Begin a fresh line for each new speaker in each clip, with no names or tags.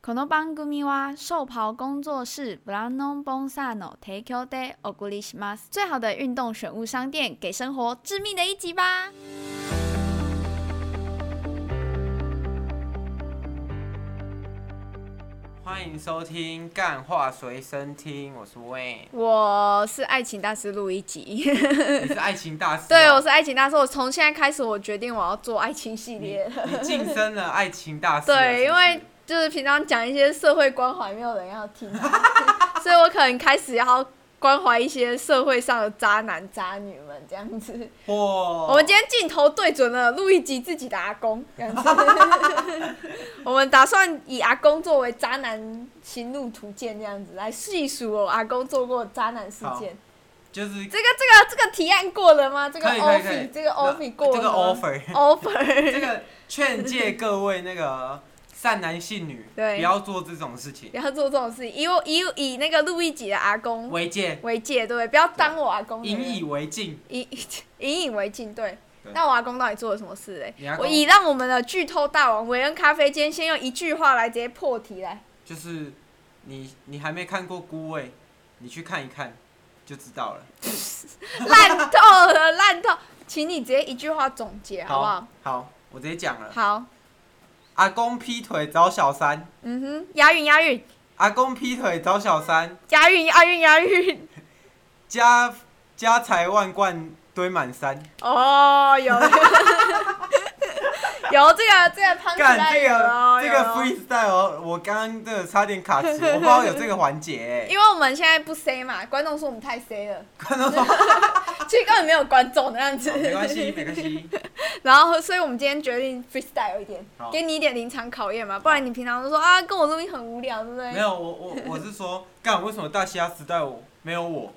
この番組は寿袍工作室ブランドボンサーの提供でお送りします。最好的运动选物商店，给生活致命的一击吧！
欢迎收听《干话随身听》，我是 Wayne，
我是爱情大师录一集，
你是爱情大师、
呃
啊
对，我是爱情大师。我从现在开始，我决定我要做爱情系列了。
你晋升了爱情大师了。
对，
是
因
不是
为啊就是平常讲一些社会关怀，没有人要听啊， 所以我可能开始要关怀一些社会上的渣男渣女们这样子。
哇，
我
我
们今天镜头对准了录一集自己的阿公，这 样子。我们打算以阿公作为渣男行路图鉴，这样子来细数我阿公做过的渣男事件。
就是
这个这个这个提案过了吗？这个
可以可以可
offer
以，
这个
那
offer 过
这个
了吗
offer，
offer
这个劝诫各位那个善男信女，
对
不要做这种事情，
然后做这种事，以我以以那个路易吉的阿公
违戒，
为戒，对不对？不要当我阿公的人
引以为禁。
以引以为禁，对。
对
那我阿公到底做了什么事嘞
你阿？
我
公
以让我们的剧透大王韦恩咖啡今天先用一句话来直接破题来。
就是你你还没看过《孤味》，你去看一看就知道了，
烂透了，烂透！请你直接一句话总结好不好？
好，我直接讲了，
好，
阿公劈腿找小三。
嗯哼，押韵押韵，
阿公劈腿找小三，
押韵押韵押韵。
家家财万贯堆满山。
哦，有了，有这个这个胖子
干
在
这
有哦
个这
有
个
哦
freestyle，哦我刚刚真的差点 卡词，我不知道有这个环节欸。
因为我们现在不 C 嘛，观众说我们太 C 了，
观众说好
其实根本没有观众那样子。
没关系，没 关系。
然后，所以我们今天决定 freestyle 一点
好，
给你一点临场考验嘛，不然你平常都说啊跟我录音很无聊，对不对？
没有，我我我是说，干为什么大西亚时代我没有我？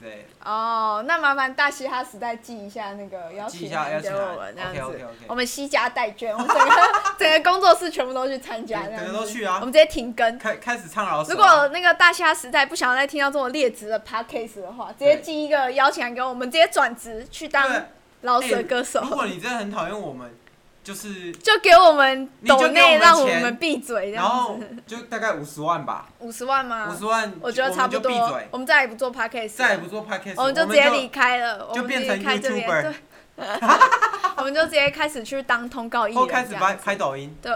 对，
哦，那麻烦大嘻哈时代寄一下那个邀
记
请
一下
函
邀
给
请
我们，这样
函。
子
OK OK OK。
我们惜家带眷，我们整 个整个工作室全部都去参加，这样
整
子
个都去啊
我们直接停更。
开开始唱老手啊。
如果那个大虾时代不想要再听到这种劣质的 podcast 的话，直接寄一个邀请函给我我们，直接转职去当
对哎
老舌歌手，
如果你真的很讨厌我们，就是
就给我们
你就
抖
给我们
内，让我
钱
们闭嘴这
然
样
后
子。
就大概五十万吧，
五十万吗？
五十万，
我觉得
们
差不
就
多
闭嘴。，
我们再也不做 podcast，
再也不做 podcast，
我们就直接离开了，我
就
们
变
直
成
接开这边，
YouTuber
对， 我们就直接开始去当通告艺
后
人，
哦开始
这样
拍
子
拍抖音。
对，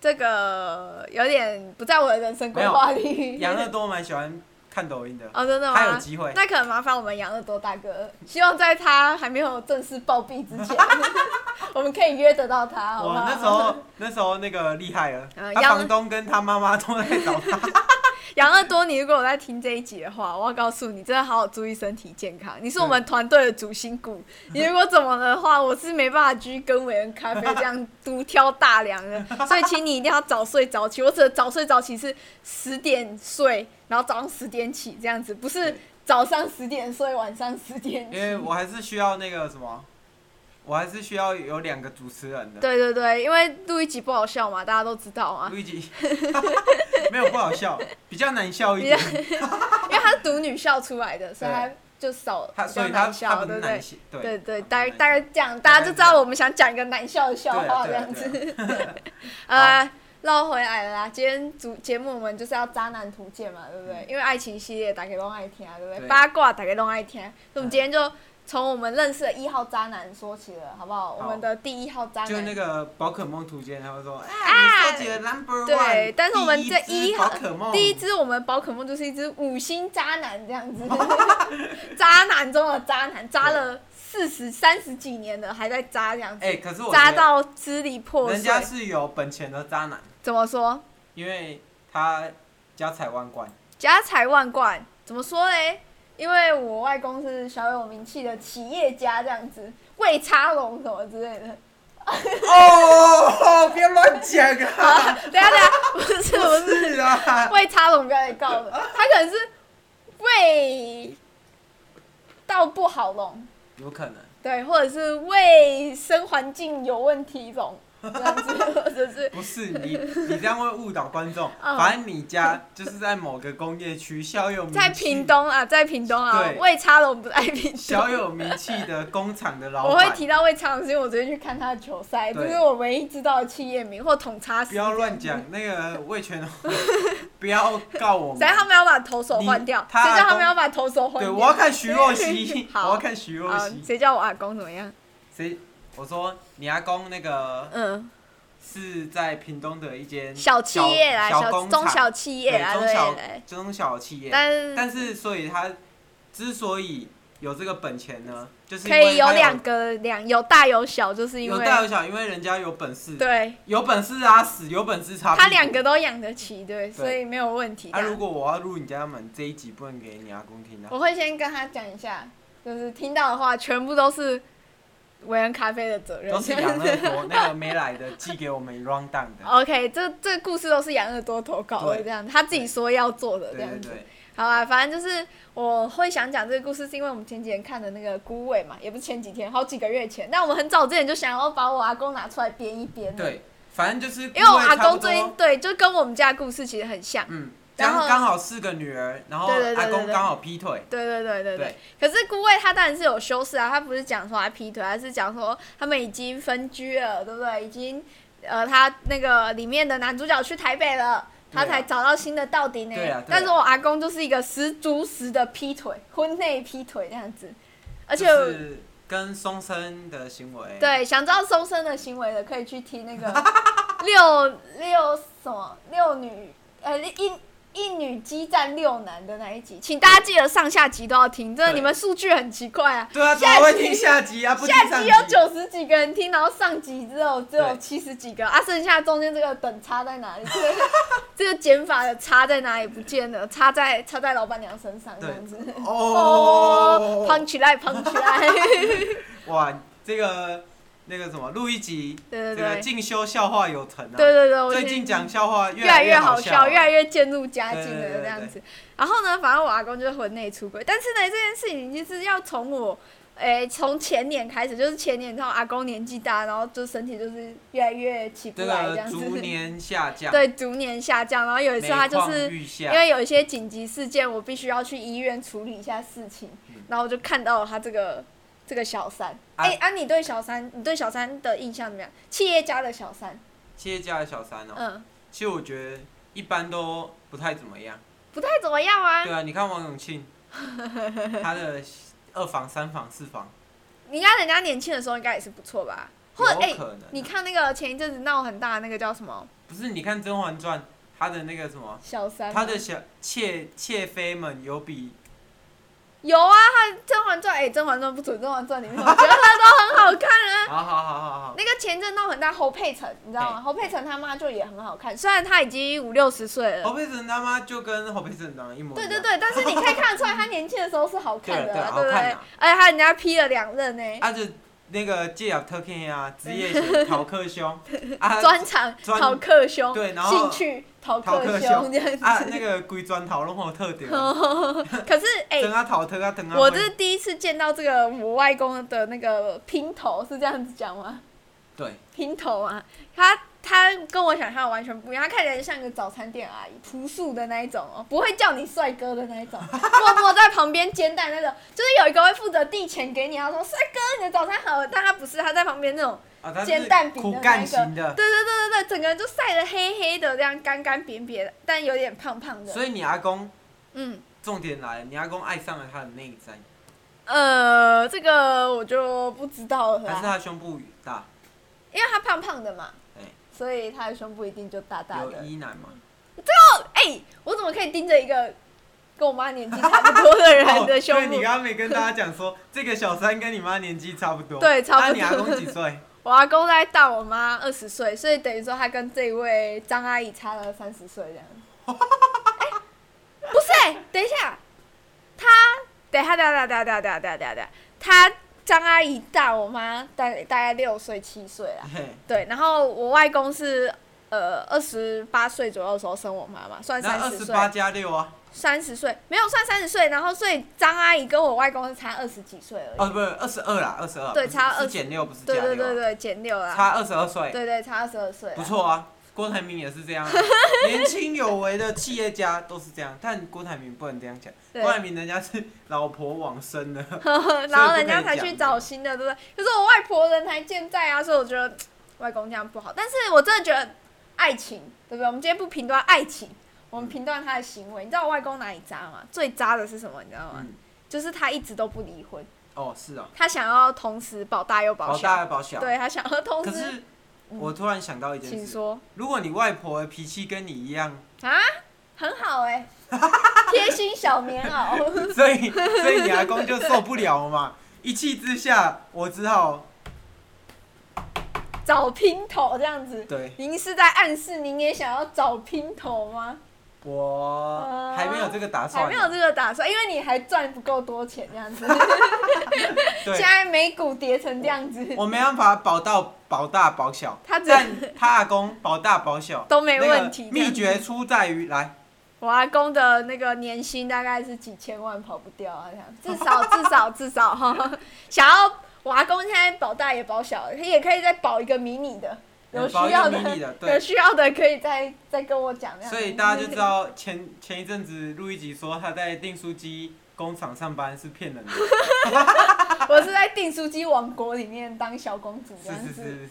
这个有点不在我的人生规划里。
杨乐多蛮喜欢看抖音的，
哦，真的
他有
吗？
机会。
那可能麻烦我们杨乐多大哥，希望在他还没有正式暴毙之前， 我们可以约得到他，好不
我
好？
那时候那时候那个厉害了，
呃
他
杨
房东跟他妈妈都在找 他。
杨乐多，你如果有在听这一集的话，我要告诉你，真的好好注意身体健康。你是我们团队的主心 骨，你如果怎么了的话，我是没办法继续跟伟恩咖啡这样独挑大梁的。 所以，请你一定要早睡早起。我指的早睡早起是十点睡，然后早上十点起这样子，不是
对
早上十点睡，晚上十点
因为
起。
我还是需要那个什么，我还是需要有两个主持人的。
对对对，因为录一集不好笑嘛，大家都知道 嘛，
录一 集，没有不好笑，比较难笑一点。
因为他是读女校出来的，所以他就少
他
比较
所以他
难
他
笑，
不
对
是
不对
难？笑，对
对对，
他不
大
是
大
难
概这样，大家就知
大概这
道
样
我们想讲一个难笑的笑
对啊
话这
对啊
样子。
对啊
呃，绕回来了啦，今天主节目我们就是要渣男图鉴嘛，对不对？
嗯
因为爱情系列大家都爱听啊，对不对？
对
八卦大家都爱听，所以我们
嗯
今天就从我们认识的一号渣男说起了，好不好？我
好
们的第一号渣
就
男。
那个宝可梦图鉴，他会说，啊，你收集了 number one，
对但是我们
第
这
一
一
只宝可梦，
第一只我们宝可梦就是一只五星渣男这 样子，渣男中的渣男，渣了四十三十几年了，还在渣这样子，
哎，可是我
渣
觉得
到支离破
人
碎
家。是有本钱的渣男，
怎么说？
因为他家财万贯，
家财万贯，怎么说嘞？因为我外公是小有名气的企业家，这样子，魏差龙什么之类的。
哦，不要乱讲 啊！
等一下等一下，不是不是，
是啊，
魏差龙不要来告了，他可能是魏道不好龙，
有可能。
对，或者是卫生环境有问题龙，这样子，或者是
不是你，你这样会误导观众。
嗯
反正你家就是在某个工业区，小有名气
在屏东啊，在屏东啊，
对
魏插龙不在屏
小
东。
有名气的工厂的老
我会
板，
提到魏插龙，是因为我昨天去看他的球赛，
对
这是我唯一知道的企业名或统插
不
司。
要 乱讲那个魏全龙，不要告我们
谁。他们要把投手换掉
你？
谁
他
叫他
公
们要把投手换
对，
掉？，
我要看徐若曦 我
好
要看徐若
啊
曦，。
谁叫我阿公怎么样？
谁？我说你阿公那个
嗯，
是在屏东的一间
小企业啦，
嗯小
小
工厂
中小企业啦，
对
对
中小
对。
中小企业，
但是
但是所以他之所以有这个本钱呢，就是因
可以
为
有
他有
两个两有大有小，就是因
有
为
大有小，因为人家有本事，
对
有本事啊，死有本事差。
他两，个都养得起，对，所以没有问题
啊，如
的。
果我要入你家门，这一集不能给你阿公听啊。
我会先跟他讲一下，就是听到的话全部都是维恩咖啡的责任
都。是养乐多那个没来的寄给我们 round down 的，
OK，这这故事都是养乐多投稿的
对
这样，他自己说要做的
对
这样
对
子。
对，
好啊，反正就是我会想讲这个故事，是因为我们前几天看的那个《孤味》嘛，也不是前几天，好几个月前。但我们很早之前就想要把我阿公拿出来编一编。。
对，反正就是
因为我
顾问
阿
差不
公最近
多，
对，就跟我们家的故事其实很像。
嗯，
然后
刚刚好四个女儿，然后
对对对对
阿公
对
刚好劈腿，
对对对对对
对。
可是姑魏他当然是有修饰啊，他不是讲说他劈腿，他是讲说他们已经分居了，对不对？已经呃，他那个里面的男主角去台北了。他
对啊
才找到新的到底呢、
对啊对啊
但是我阿公就是一个十足十的劈腿，婚内劈腿这样子，而且、
就是跟松生的行为，，
对想知道松生的行为的，可以去听那个 六六什么六女呃一一女激战六男的那一集，请大家记得上下集都要听，真的
对
你们数据很奇怪啊，
对啊，怎么会听下集啊？不听
下
上
集有九十几个人听，然后上集只有只有
对
七十几个啊，剩下中间这个等差在哪里？这个这个减法的差在哪里不见了？差在差在老板娘身上这样子。哦，
哦
胖，起来，胖起来！
哇，这个那个什么，录一集，
对对
这个
对，
进修笑话有成啊，
对对对，我
最
觉得
近讲笑话
越
来
来越好
好
笑，越来
越
越渐入佳境
对对
了
对
这样
对
子。然后呢，反正我阿公就是婚内出轨，但是呢，这件事情就是要从我，诶、从前年开始，就是前年之后，阿公年纪大，然后就身体就是越来越起不
这
来这
个
样子，
逐年下降，
对，逐年下降。然后有一
每
次他就
况
是
愈下，
因为有一些紧急事件，我必须要去医院处理一下事情
嗯，
然后我就看到了他这个。这个小三，
啊
哎、啊，你对小三，你对小三的印象怎么样？企业家的小三，
企业家的小三哦、
嗯，
其实我觉得一般都不太怎么样。
不太怎么样啊。
对啊，你看王 永庆，他的二房、三房、四房，
你看人家年轻的时候应该也是不错吧？或者哎、
有可能啊、
你看那个前一阵子闹很大的那个叫什么
不是？你看《甄嬛传》，他的那个什么，
小三吗，
他的小妾妾妃们有比
有啊，他《甄嬛传》哎，《甄嬛传》不准，《甄嬛传》里面我觉得他都很好看啊。
好好好好好，
那个前一阵闹很大，侯佩岑你知道吗？
哎
侯佩岑他妈就也很好看，虽然他已经五六十岁了
侯。佩岑他妈就跟侯佩岑长得一模一
对
样。
对对，但是你可以看得出来，他年轻的时候是好看的、
对 啊
对
对啊
不
好
对
看啊？
而且他人家劈了两任呢、
啊，就那个借雅特 K 啊，职 业型逃课凶啊，
专长
专
讨克兄，
对然
兴
后
趣讨
讨
克
克
兄
兄
这样子。
啊，那个规砖头拢有特点啊，
可是哎、
等啊逃特啊等啊。
哦我这是第一次见到这个我外公的那个平头，是这样子讲吗？
对，
平头啊，他他跟我想象的完全不一样，他看起来就像个早餐店阿姨，朴素的那一种哦，不会叫你帅哥的那一 种，默默在旁边煎蛋那种，就是有一个会负责递钱给你，他说帅哥你的早餐好了，但他不是，他在旁边那种，
啊，他
煎
是
蛋饼的
苦
那
干
个
型的
对，对对对对，整个人就晒得黑黑的，这样干干扁扁的，但有点胖胖的，
所以你阿公
嗯。
重点来了，你阿公爱上了他的内在，
呃，这个我就不知道了
还是
啦，
他胸部大？
因为他胖胖的嘛，
哎、
所以他的胸部一定就大大
有
的。
一男吗？
哎、我怎么可以盯着一个跟我妈年纪差不多的 人的
所以
胸部？
哦你刚刚没跟大家讲说，这个小三跟你妈年纪差不多，
对差不多
那你阿公几 岁？
我阿公在大我妈二十岁，所以等于说他跟这一位张阿姨差了三十岁 这样。哎、不是、哎，等一下，他等一下，等一下，等一下，等一下，等一下，等一下，他张阿姨大我妈大大概六岁七岁啦。
嘿
对，然后我外公是呃二十八岁左右的时候生我妈妈，算
那
三
二
十
十
岁，
八加六啊，
三十岁没有算三十岁，然后所以张阿姨跟我外公是差二十几岁而已。
哦，不是二十二啦，二十二，
对
不是
差
是
20
减六不是加
对
六啊，
对对对，减六啦。
差二十二岁，
对对，差二十二岁啦。
不错啊。郭台铭也是这 样啊、年轻有为的企业家都是这样，但郭台铭不能这样讲。
对
郭台铭人家是老婆往 生的，
然后人家才去找新的，对不对？可是我外婆人还健在啊，所以我觉得外公这样不好。但是我真的觉得爱情，对不对？我们今天不评断爱情，我
嗯
们评断他的行为。你知道我外公哪里渣吗？最渣的是什么？你知道吗？
嗯，
就是他一直都不离婚，
哦，是哦，
他想要同时保大又保
保
小，
大保小。
对他想要同
可
时。
是我突然想到一件
请
事，
说
如果你外婆的脾气跟你一样，
啊，很好哎、贴心小棉袄。
所以所以你阿公就受不了了嘛。一气之下，我只好
找拼头这样子。
对
您是在暗示您也想要找拼头吗？
我
呃
还没有这个打算啊
还
呢，
没有这个打算，因为你还赚不够多钱这样子。现
对，
在美股跌成这样子，
我没办法保到保大保小，
他只
但他阿公保大保小
都没
那个
问题。
秘诀，出在于来，
我阿公的那个年薪大概是几千万，跑不掉啊，这样至少至少至少哈， 想要我阿公现在保大也保小，他也可以再保一个迷你的，有需
保一
要
个
的
迷你的，
有
对。
需要的可以再再跟我讲。这样
所以大家就知道前前一阵子录一集说他在订书机工厂上班是骗 人的，
我是在订书机王国里面当小公主这
是
样
是
子，
是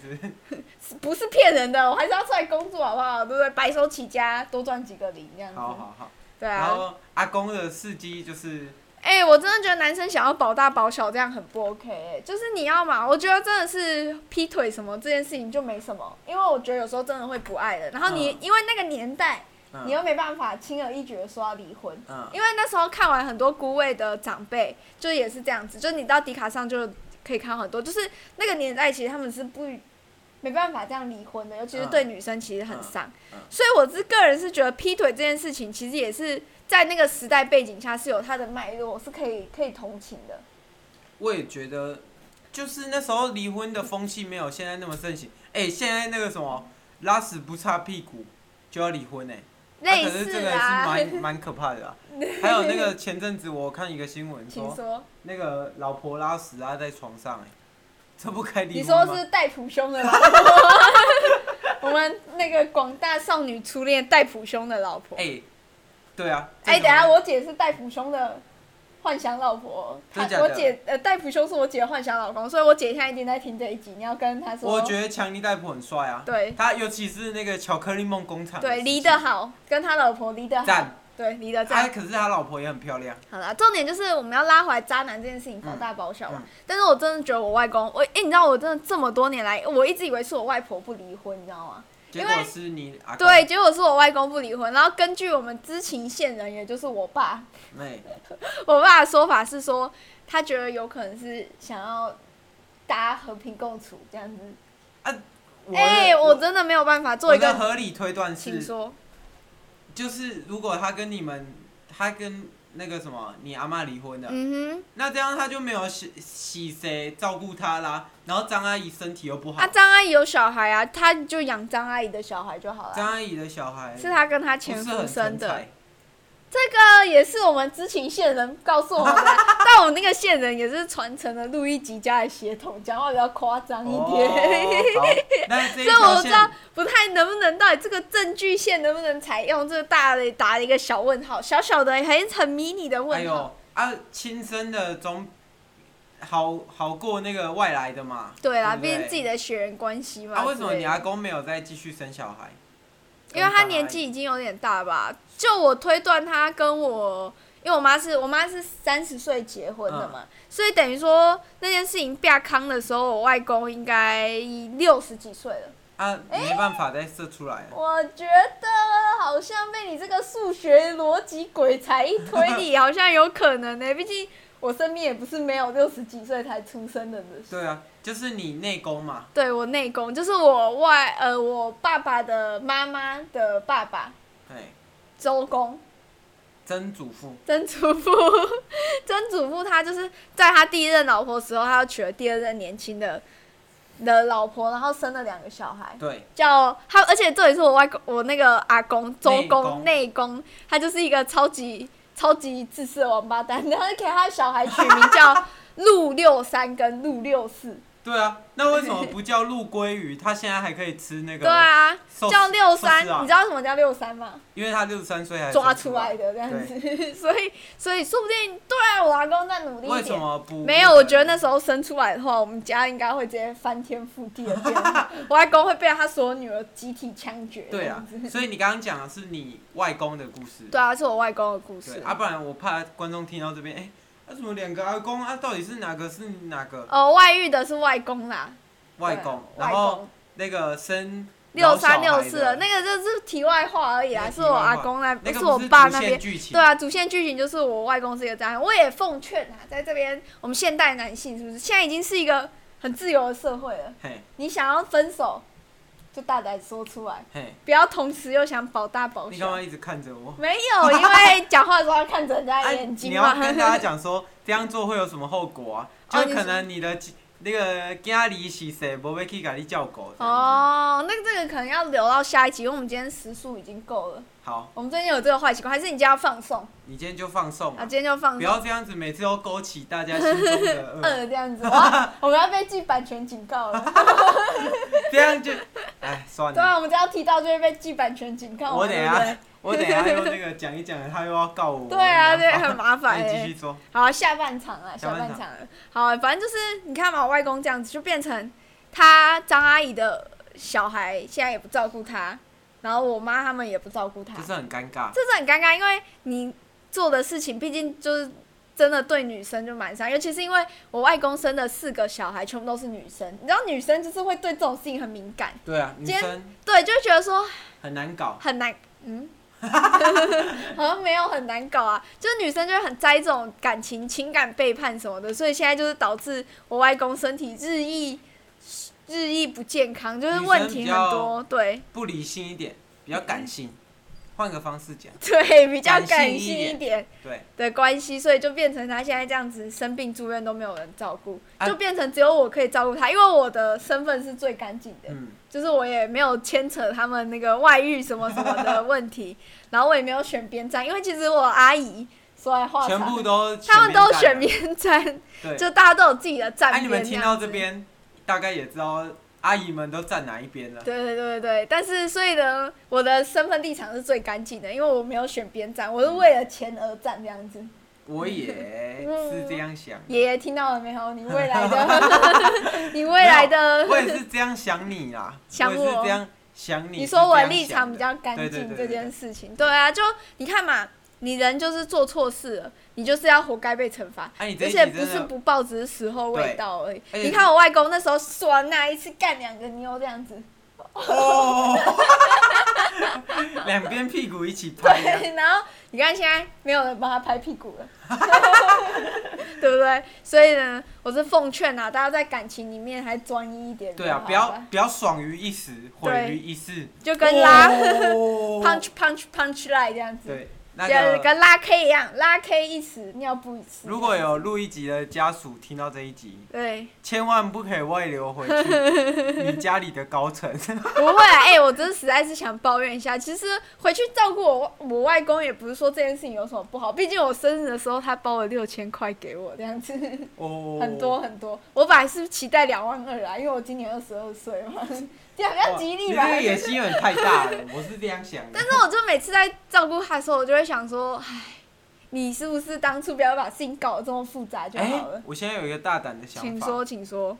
是是，
不是骗人的，我还是要出来工作好不好？对不对？白手起家，多赚几个零这样子。
好好好。
对
然
啊，
后阿公的事迹就是
哎、我真的觉得男生想要保大保小这样很不 OK，、哎，就是你要嘛，我觉得真的是劈腿什么这件事情就没什么，因为我觉得有时候真的会不爱了。然后你、
嗯
因为那个年代，你
嗯
又没办法轻而易举的说要离婚。
嗯
因为那时候看完很多孤味的长辈，就也是这样子，就你到迪卡上就可以看到很多，就是那个年代其实他们是不没办法这样离婚的，尤其是对女生其实很伤。
嗯嗯嗯
所以我是个人是觉得劈腿这件事情，其实也是在那个时代背景下是有它的脉络，是可以可以同情的。
我也觉得，就是那时候离婚的风气没有现在那么盛行。哎、现在那个什么拉屎不擦屁股就要离婚哎、啊
类
可是这
似
个是
啊，
蛮蛮可怕的啊。还有那个前阵子我看一个新 闻
请
说，
说，
那个老婆拉屎拉在床上哎、这不该离
你
婚吗？
说是戴普兄 的老婆， 我们那个广大少女初恋戴普兄的老婆
哎、。对啊。
哎、
这
等
种
一下，我姐是戴普兄的幻想老婆，她
真假的
我姐呃戴普兄是我姐的幻想老公，所以我姐现在一定在听这一集，你要跟她说，
我觉得强尼戴普很帅啊。
对
他尤其是那个巧克力梦工厂的
对
事
离
情
得好，跟他老婆离得好，
赞，
对离得
哎、
赞。
可是他老婆也很漂亮。
好啦，重点就是我们要拉回来渣男这件事情，保大保小嘛。
嗯
但是我真的觉得我外公，我哎、你知道我真的这么多年来，我一直以为是我外婆不离婚，你知道吗？
结
因
果
为
是你阿公
对，结果是我外公不离婚，然后根据我们知情线人，也就是我爸，
哎
我爸的说法是说，他觉得有可能是想要大家和平共处这样子。
我的
哎、我真的没有办法做一
我的
个，
合理推断
请
是，
说。
就是如果他跟你们，他跟那个什么你阿妈离婚了，
嗯
那这样他就没有洗洗谁照顾他啦，然后张阿姨身体又不
哼，
好，
啊，张阿姨有小孩啊，她就养张阿姨的小孩就好
张
了。
阿姨的小孩
是她跟她
不
前
是
夫
很
生
成
的，
才，
这个也是我们知情线人告诉我们的， 但我们那个线人也是传承了路易吉家的血统，讲话比较夸张一点。
哦，好，那这
嗯 所
一
以我
条
不知
线
道不太能不能到底这个证据线能不能采用，这个大的打了一个小问号，小小的很很迷你的
哎
问号。
呦啊，亲生的总好好过那个外来的嘛，
对啦，
不
毕竟自己的血缘关系嘛。
啊，为什么
之类
你
的
阿公没有再继续生小孩？
因为他
跟张阿姨
年纪已经有点大吧，就我推断他跟我，因为我妈是我妈是三十岁结婚的嘛，
嗯
所以等于说那件事情变康的时候，我外公应该六十几岁了。
啊，没办法再射出来了。
我觉得好像被你这个数学逻辑鬼才一推理， 好像有可能呢、欸毕竟我身边也不是没有六十几岁才出生的人。
对啊，就是你内功嘛，
对我内公就是我外呃我爸爸的妈妈的爸爸
哎，
周公
曾祖父，
曾祖父， 曾祖父他就是在他第一任老婆的时候，他又娶了第二任年轻的的老婆，然后生了两个小孩，
对，
叫他，而且这也是我外公，我那个阿公周
内
公
公
内公，他就是一个超级超级自私的王八蛋， 然后给他的小孩取名叫陆六三跟陆六四，
对啊，那为什么不叫陆龟鱼？它现在还可以吃那个？
对啊，
寿司，
叫六三，
寿司啊哎
你知道什么叫六三吗？
因为他六十三岁还
抓
生
出来的
的。
这样子， 所以所以说不定对啊，我阿公再努力一
为什
点。
么不？
没有，我觉得那时候生出来的话，我们家应该会直接翻天覆地的 变化。我阿公会被他所有女儿集体枪决。
对
这
啊
样子。
所以你刚刚讲的是你外公的故事。
对啊，是我外公的故
对
事。
啊，不然我怕观众听到这边，哎、那、怎么两个阿公啊？到底是哪个是哪个
哦，外遇的是外公啦，
外
对啊
公？
外
然后
公
那个生
六
老小
三
孩
六四
的
的那个就是题外话而已啦，
对
是我阿公那，
那
不
个
是
不
我
是
爸
主
那
线
边。
剧情
对，啊，主线剧情就是我外公是一个渣男。我也奉劝啊，在这边我们现代男性是不是现在已经是一个很自由的社会了？
嘿
你想要分手，就大胆说出来，
嘿，
不要同时又想保大保
你干
小
嘛。一直看着我？
没有，因为讲话的时候要看着人家的
哎，
眼
你
睛嘛。
要跟大家讲说这样做会有什么后果啊？就
哦你
可
是
能你的几那个家里是谁，不要去给你叫狗。这 样子，
哦，那这个可能要留到下一集，因为我们今天时速已经够了。
好，
我们最近有这个坏习惯，还是你今天要放送
你今天就放送
啊？
嘛，
今天就放
不
送
要这样子，每次都勾起大家心中的 恶，
饿这样子，哇我们要被记版权警告 了。
这样就，哎，算
对
了，
啊，我们只要提到就会被记版权警告嘛。
我等啊
对
一
不对
下，我等一下又那个讲一讲，他又要告我。
对啊，
我很
对，
麻烦
很麻烦
那
哎、
你继续说，
好，下半场了，
下
下
半场
半场了。好，反正就是你看嘛，我外公这样子就变成他张阿姨的小孩，现在也不照顾他，然后我妈他们也不照顾他，
就是很尴尬。
这是很尴尬，因为你做的事情，毕竟就是真的对女生就蛮伤，尤其是因为我外公生的四个小孩全部都是女生，你知道女生就是会对这种事情很敏感，
对啊，女
今天
生
对，就会觉得说
很难搞。
很难，嗯， 好像没有很难搞啊，就是女生就会很在意这种感情、情感背叛什么的，所以现在就是导致我外公身体日益日益不健康，就是问题很多，对
不理性一点，比较感性，换个方式讲，
对，比较
感性
感
一
性一
点
点
对，
的关系，所以就变成他现在这样子生病住院都没有人照顾，
啊
就变成只有我可以照顾他，因为我的身份是最干净的，
嗯，
就是我也没有牵扯他们那个外遇什么什么的问 题，然后我也没有选边站，因为其实我阿姨说来话
全
长
部，都
他们都选
选边
边站，
站了。对，
就大家都有自己的站
哎，
边。
你们听到这，边，大概也知道阿姨们都站哪一边了。
对对对对，但是所以呢，我的身份立场是最干净的，因为我没有选边站，我是为了钱而战这样子。
我也是这样想，
爷爷听到了没有？你未来的， 你未来 的，
我也是这样想你啦，
想
我也是
我
这样想你。
你说我
是这样想的
立场比较干
对对
净
对
这
对
件事情，对啊，就你看嘛，你人就是做错事了，你就是要活该被惩罚。
哎，你这
而
一
且
集
不
真
是
的，
不报，只是时候未到而已。
对
你看我外公那时候说那一次干两个妞这样 子，
哦， 两边屁股一起拍哎啊呀，
对，然后你看现在没有人帮他拍屁股了， 对不对？所以呢，我是奉劝啊，大家在感情里面还专一一点就
对
好
啊
了，，
不要不要爽于一时，毁于一世，
就跟拉、
哦
punch punch punch line 这样子，
对，那
就
个
跟拉 K 一样，拉 K 一时尿布一次。
如果有录一集的家属听到这一集，
对，
千万不可以外流回去 你家里的高层。
不会啊， 哎、我真的实在是想抱怨一下。其实回去照顾我我外公，也不是说这件事情有什么不好，毕竟我生日的时候他包了六千块给我，这样子
哦，
很多很多。我本来是期待两万二啊啦，因为我今年二十二岁嘛， 这样比较吉利吧
哇。你这个野心有点太大了，我是这样想的
但。是我就每次在照顾他的时候，我就会想说，唉，你是不是当初不要把事情搞得这么复杂就
哎、
好了？
我现在有一个大胆的想法，
请说，请说。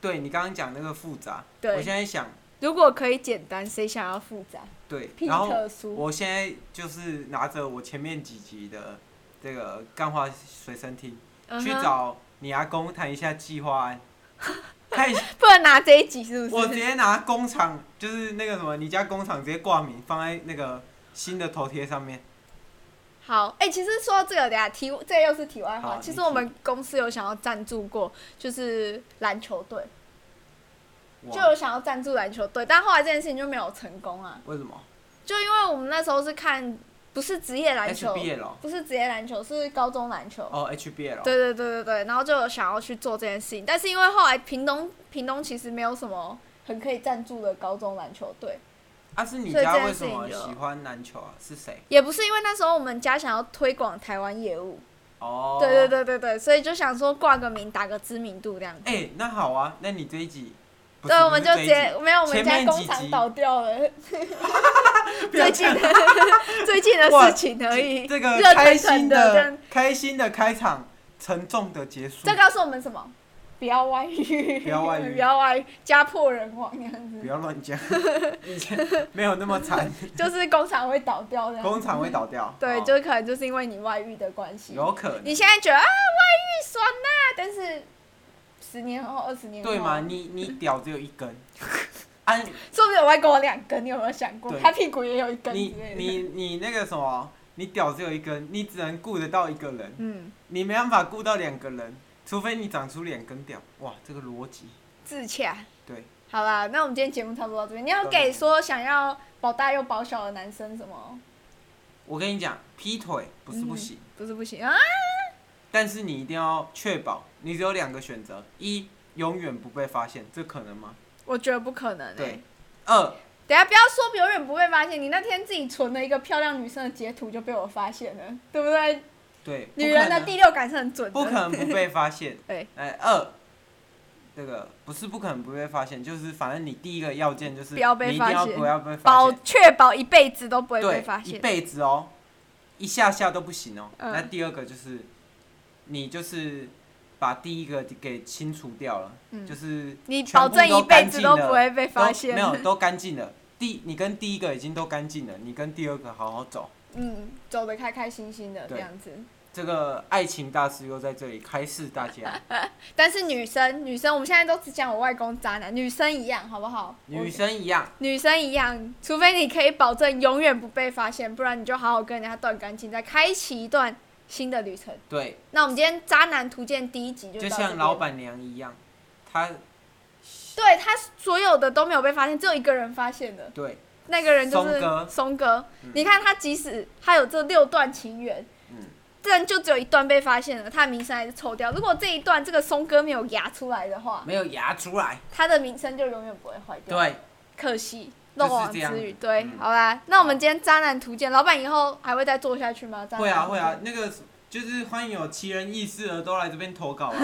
对你刚刚讲那个复杂，我
对
现，在想，
如果可以简单，谁想要复杂？
对，
拼
然后
特殊。
我现在就是拿着我前面几集的这个干话随身听、
嗯哼
去找你阿公谈一下计划 案，看一下
不能拿这一集是不
我直
是？
接拿工厂，就是那个什么，你家工厂直接挂名放在那个新的头贴上面。
好，哎、其实说到这个，等下题这又是题外话。
好
其
你
实我们公司有想要赞助过，就是篮球队，就
哇，
有想要赞助篮球队，但后来这件事情就没有成功啊。
为什么？
就因为我们那时候是看不是职业篮球，
HBL 哦
不是职业篮球，是高中篮球。
哦，HBL 哦
对对对对对，然后就有想要去做这件事情，但是因为后来屏东屏东其实没有什么很可以赞助的高中篮球队，
啊，是你
所以这
家
件
为
事
什么
情就
喜欢篮球啊？是谁？
也不是因为那时候我们家想要推广台湾业务，
哦，
对对。对对对，所以就想说挂个名，打个知名度这样子。
哎、那好啊，那你这一集，不是
对，我们就直，接
不
没有，我们
前
家
面
工
几
厂
集
倒掉了，
是这
最
一集
近的最近的
哇
事情而已。
这个
热
开
腾
心
腾的这样
的、开心的开场，沉重的结束。
这告诉我们什么？不要外遇，
不要外遇
不要外遇，家破人亡 这样
不
子，
要 乱讲，以前没有那么惨，
就是工厂会倒掉这样。
工厂会倒掉。
对，
哦
就可能就是因为你外遇的关系。
有可能。
你现在觉得啊，外遇酸呐、但是十年后、二十年后，
对嘛？？你你屌只有一根， 啊，
说不定我会跟我两根，你有没有想过？
对
他屁股也有一根
你
之类的。
你你那个什么，你屌只有一根，你只能顾得到一个人，
嗯，
你没办法顾到两个人，除非你长出两根屌。哇，这个逻辑，
自洽。
对，
好啦，那我们今天节目差不多到这边。你要
到这
给
边
说想要保大又保小的男生什么？
我跟你讲，劈腿不是不行，
不是不行啊，
但是你一定要确保你只有两个选择：一，永远不被发现，这可能吗？
我觉得不可能、欸。
对。二，
等一下不要说永远不被发现，你那天自己存了一个漂亮女生的截图就被我发现了，对不对？
对，不
女
可
人的
能
第六感是很准的。。
不可能不被发现
对，
哎，二，这个不是不可能不被发现，就是反正你第一个要件就是
不要被
你一定
发现
要不要被发
保
现，
确保一辈子都不会被
对
发，
一
现。
辈子哦，一下下都不行哦。
嗯
那第二个就是，你就是把第一个给清除掉了，
嗯
就是
你
全
保
部
证
都
一辈
干
子
净
都
了
不会被发
都
现。
没有都干净了。第你跟第一个已经都干净了，你跟第二个好好走。
嗯，走得开开心心的这
对
样子。
这个爱情大师又在这里开示大 家，
但是女生，女生，我们现在都只讲我外公渣男，女生一样，好不好？
女
我
生一样，
女生一样，除非你可以保证永远不被发现，不然你就好好跟人家断干净，再开启一段新的旅程。
对，
那我们今天渣男图鉴第一集就
就
到这
像
边
老，板娘一样，她
对他所有的都没有被发现，只有一个人发现的，
对
那个人就是
松哥
松哥
嗯
你看他即使他有这六段情缘，
嗯
但就只有一段被发现了，他的名声还是抽掉。如果这一段这个松哥没有压出来的话，
没有牙出来，
他的名声就永远不会坏掉。，
对，
可惜
就
漏
是
网
这样
之鱼。对，
嗯
好啦，那我们今天渣男图鉴，老板以后还会再做下去吗？渣男
会啊
图
会
鉴
啊，。那个就是欢迎有奇人异事的都来这边投稿 啊，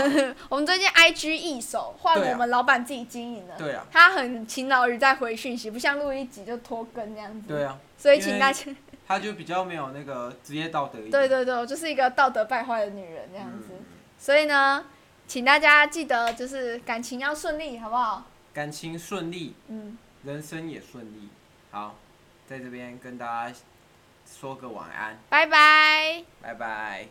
我们最近 IG 一手换
对啊
我们老板自己经营了，
对啊
他很勤劳于在回讯息，不像录一集就拖更这样子。
对啊，
所以请大家，
她就比较没有那个职业道德一点，
对对对，我就是一个道德败坏的女人这样子。
嗯
所以呢，请大家记得就是感情要顺利，好不好？
感情顺利，
嗯，
人生也顺利，好，在这边跟大家说个晚安，
拜拜。
拜拜。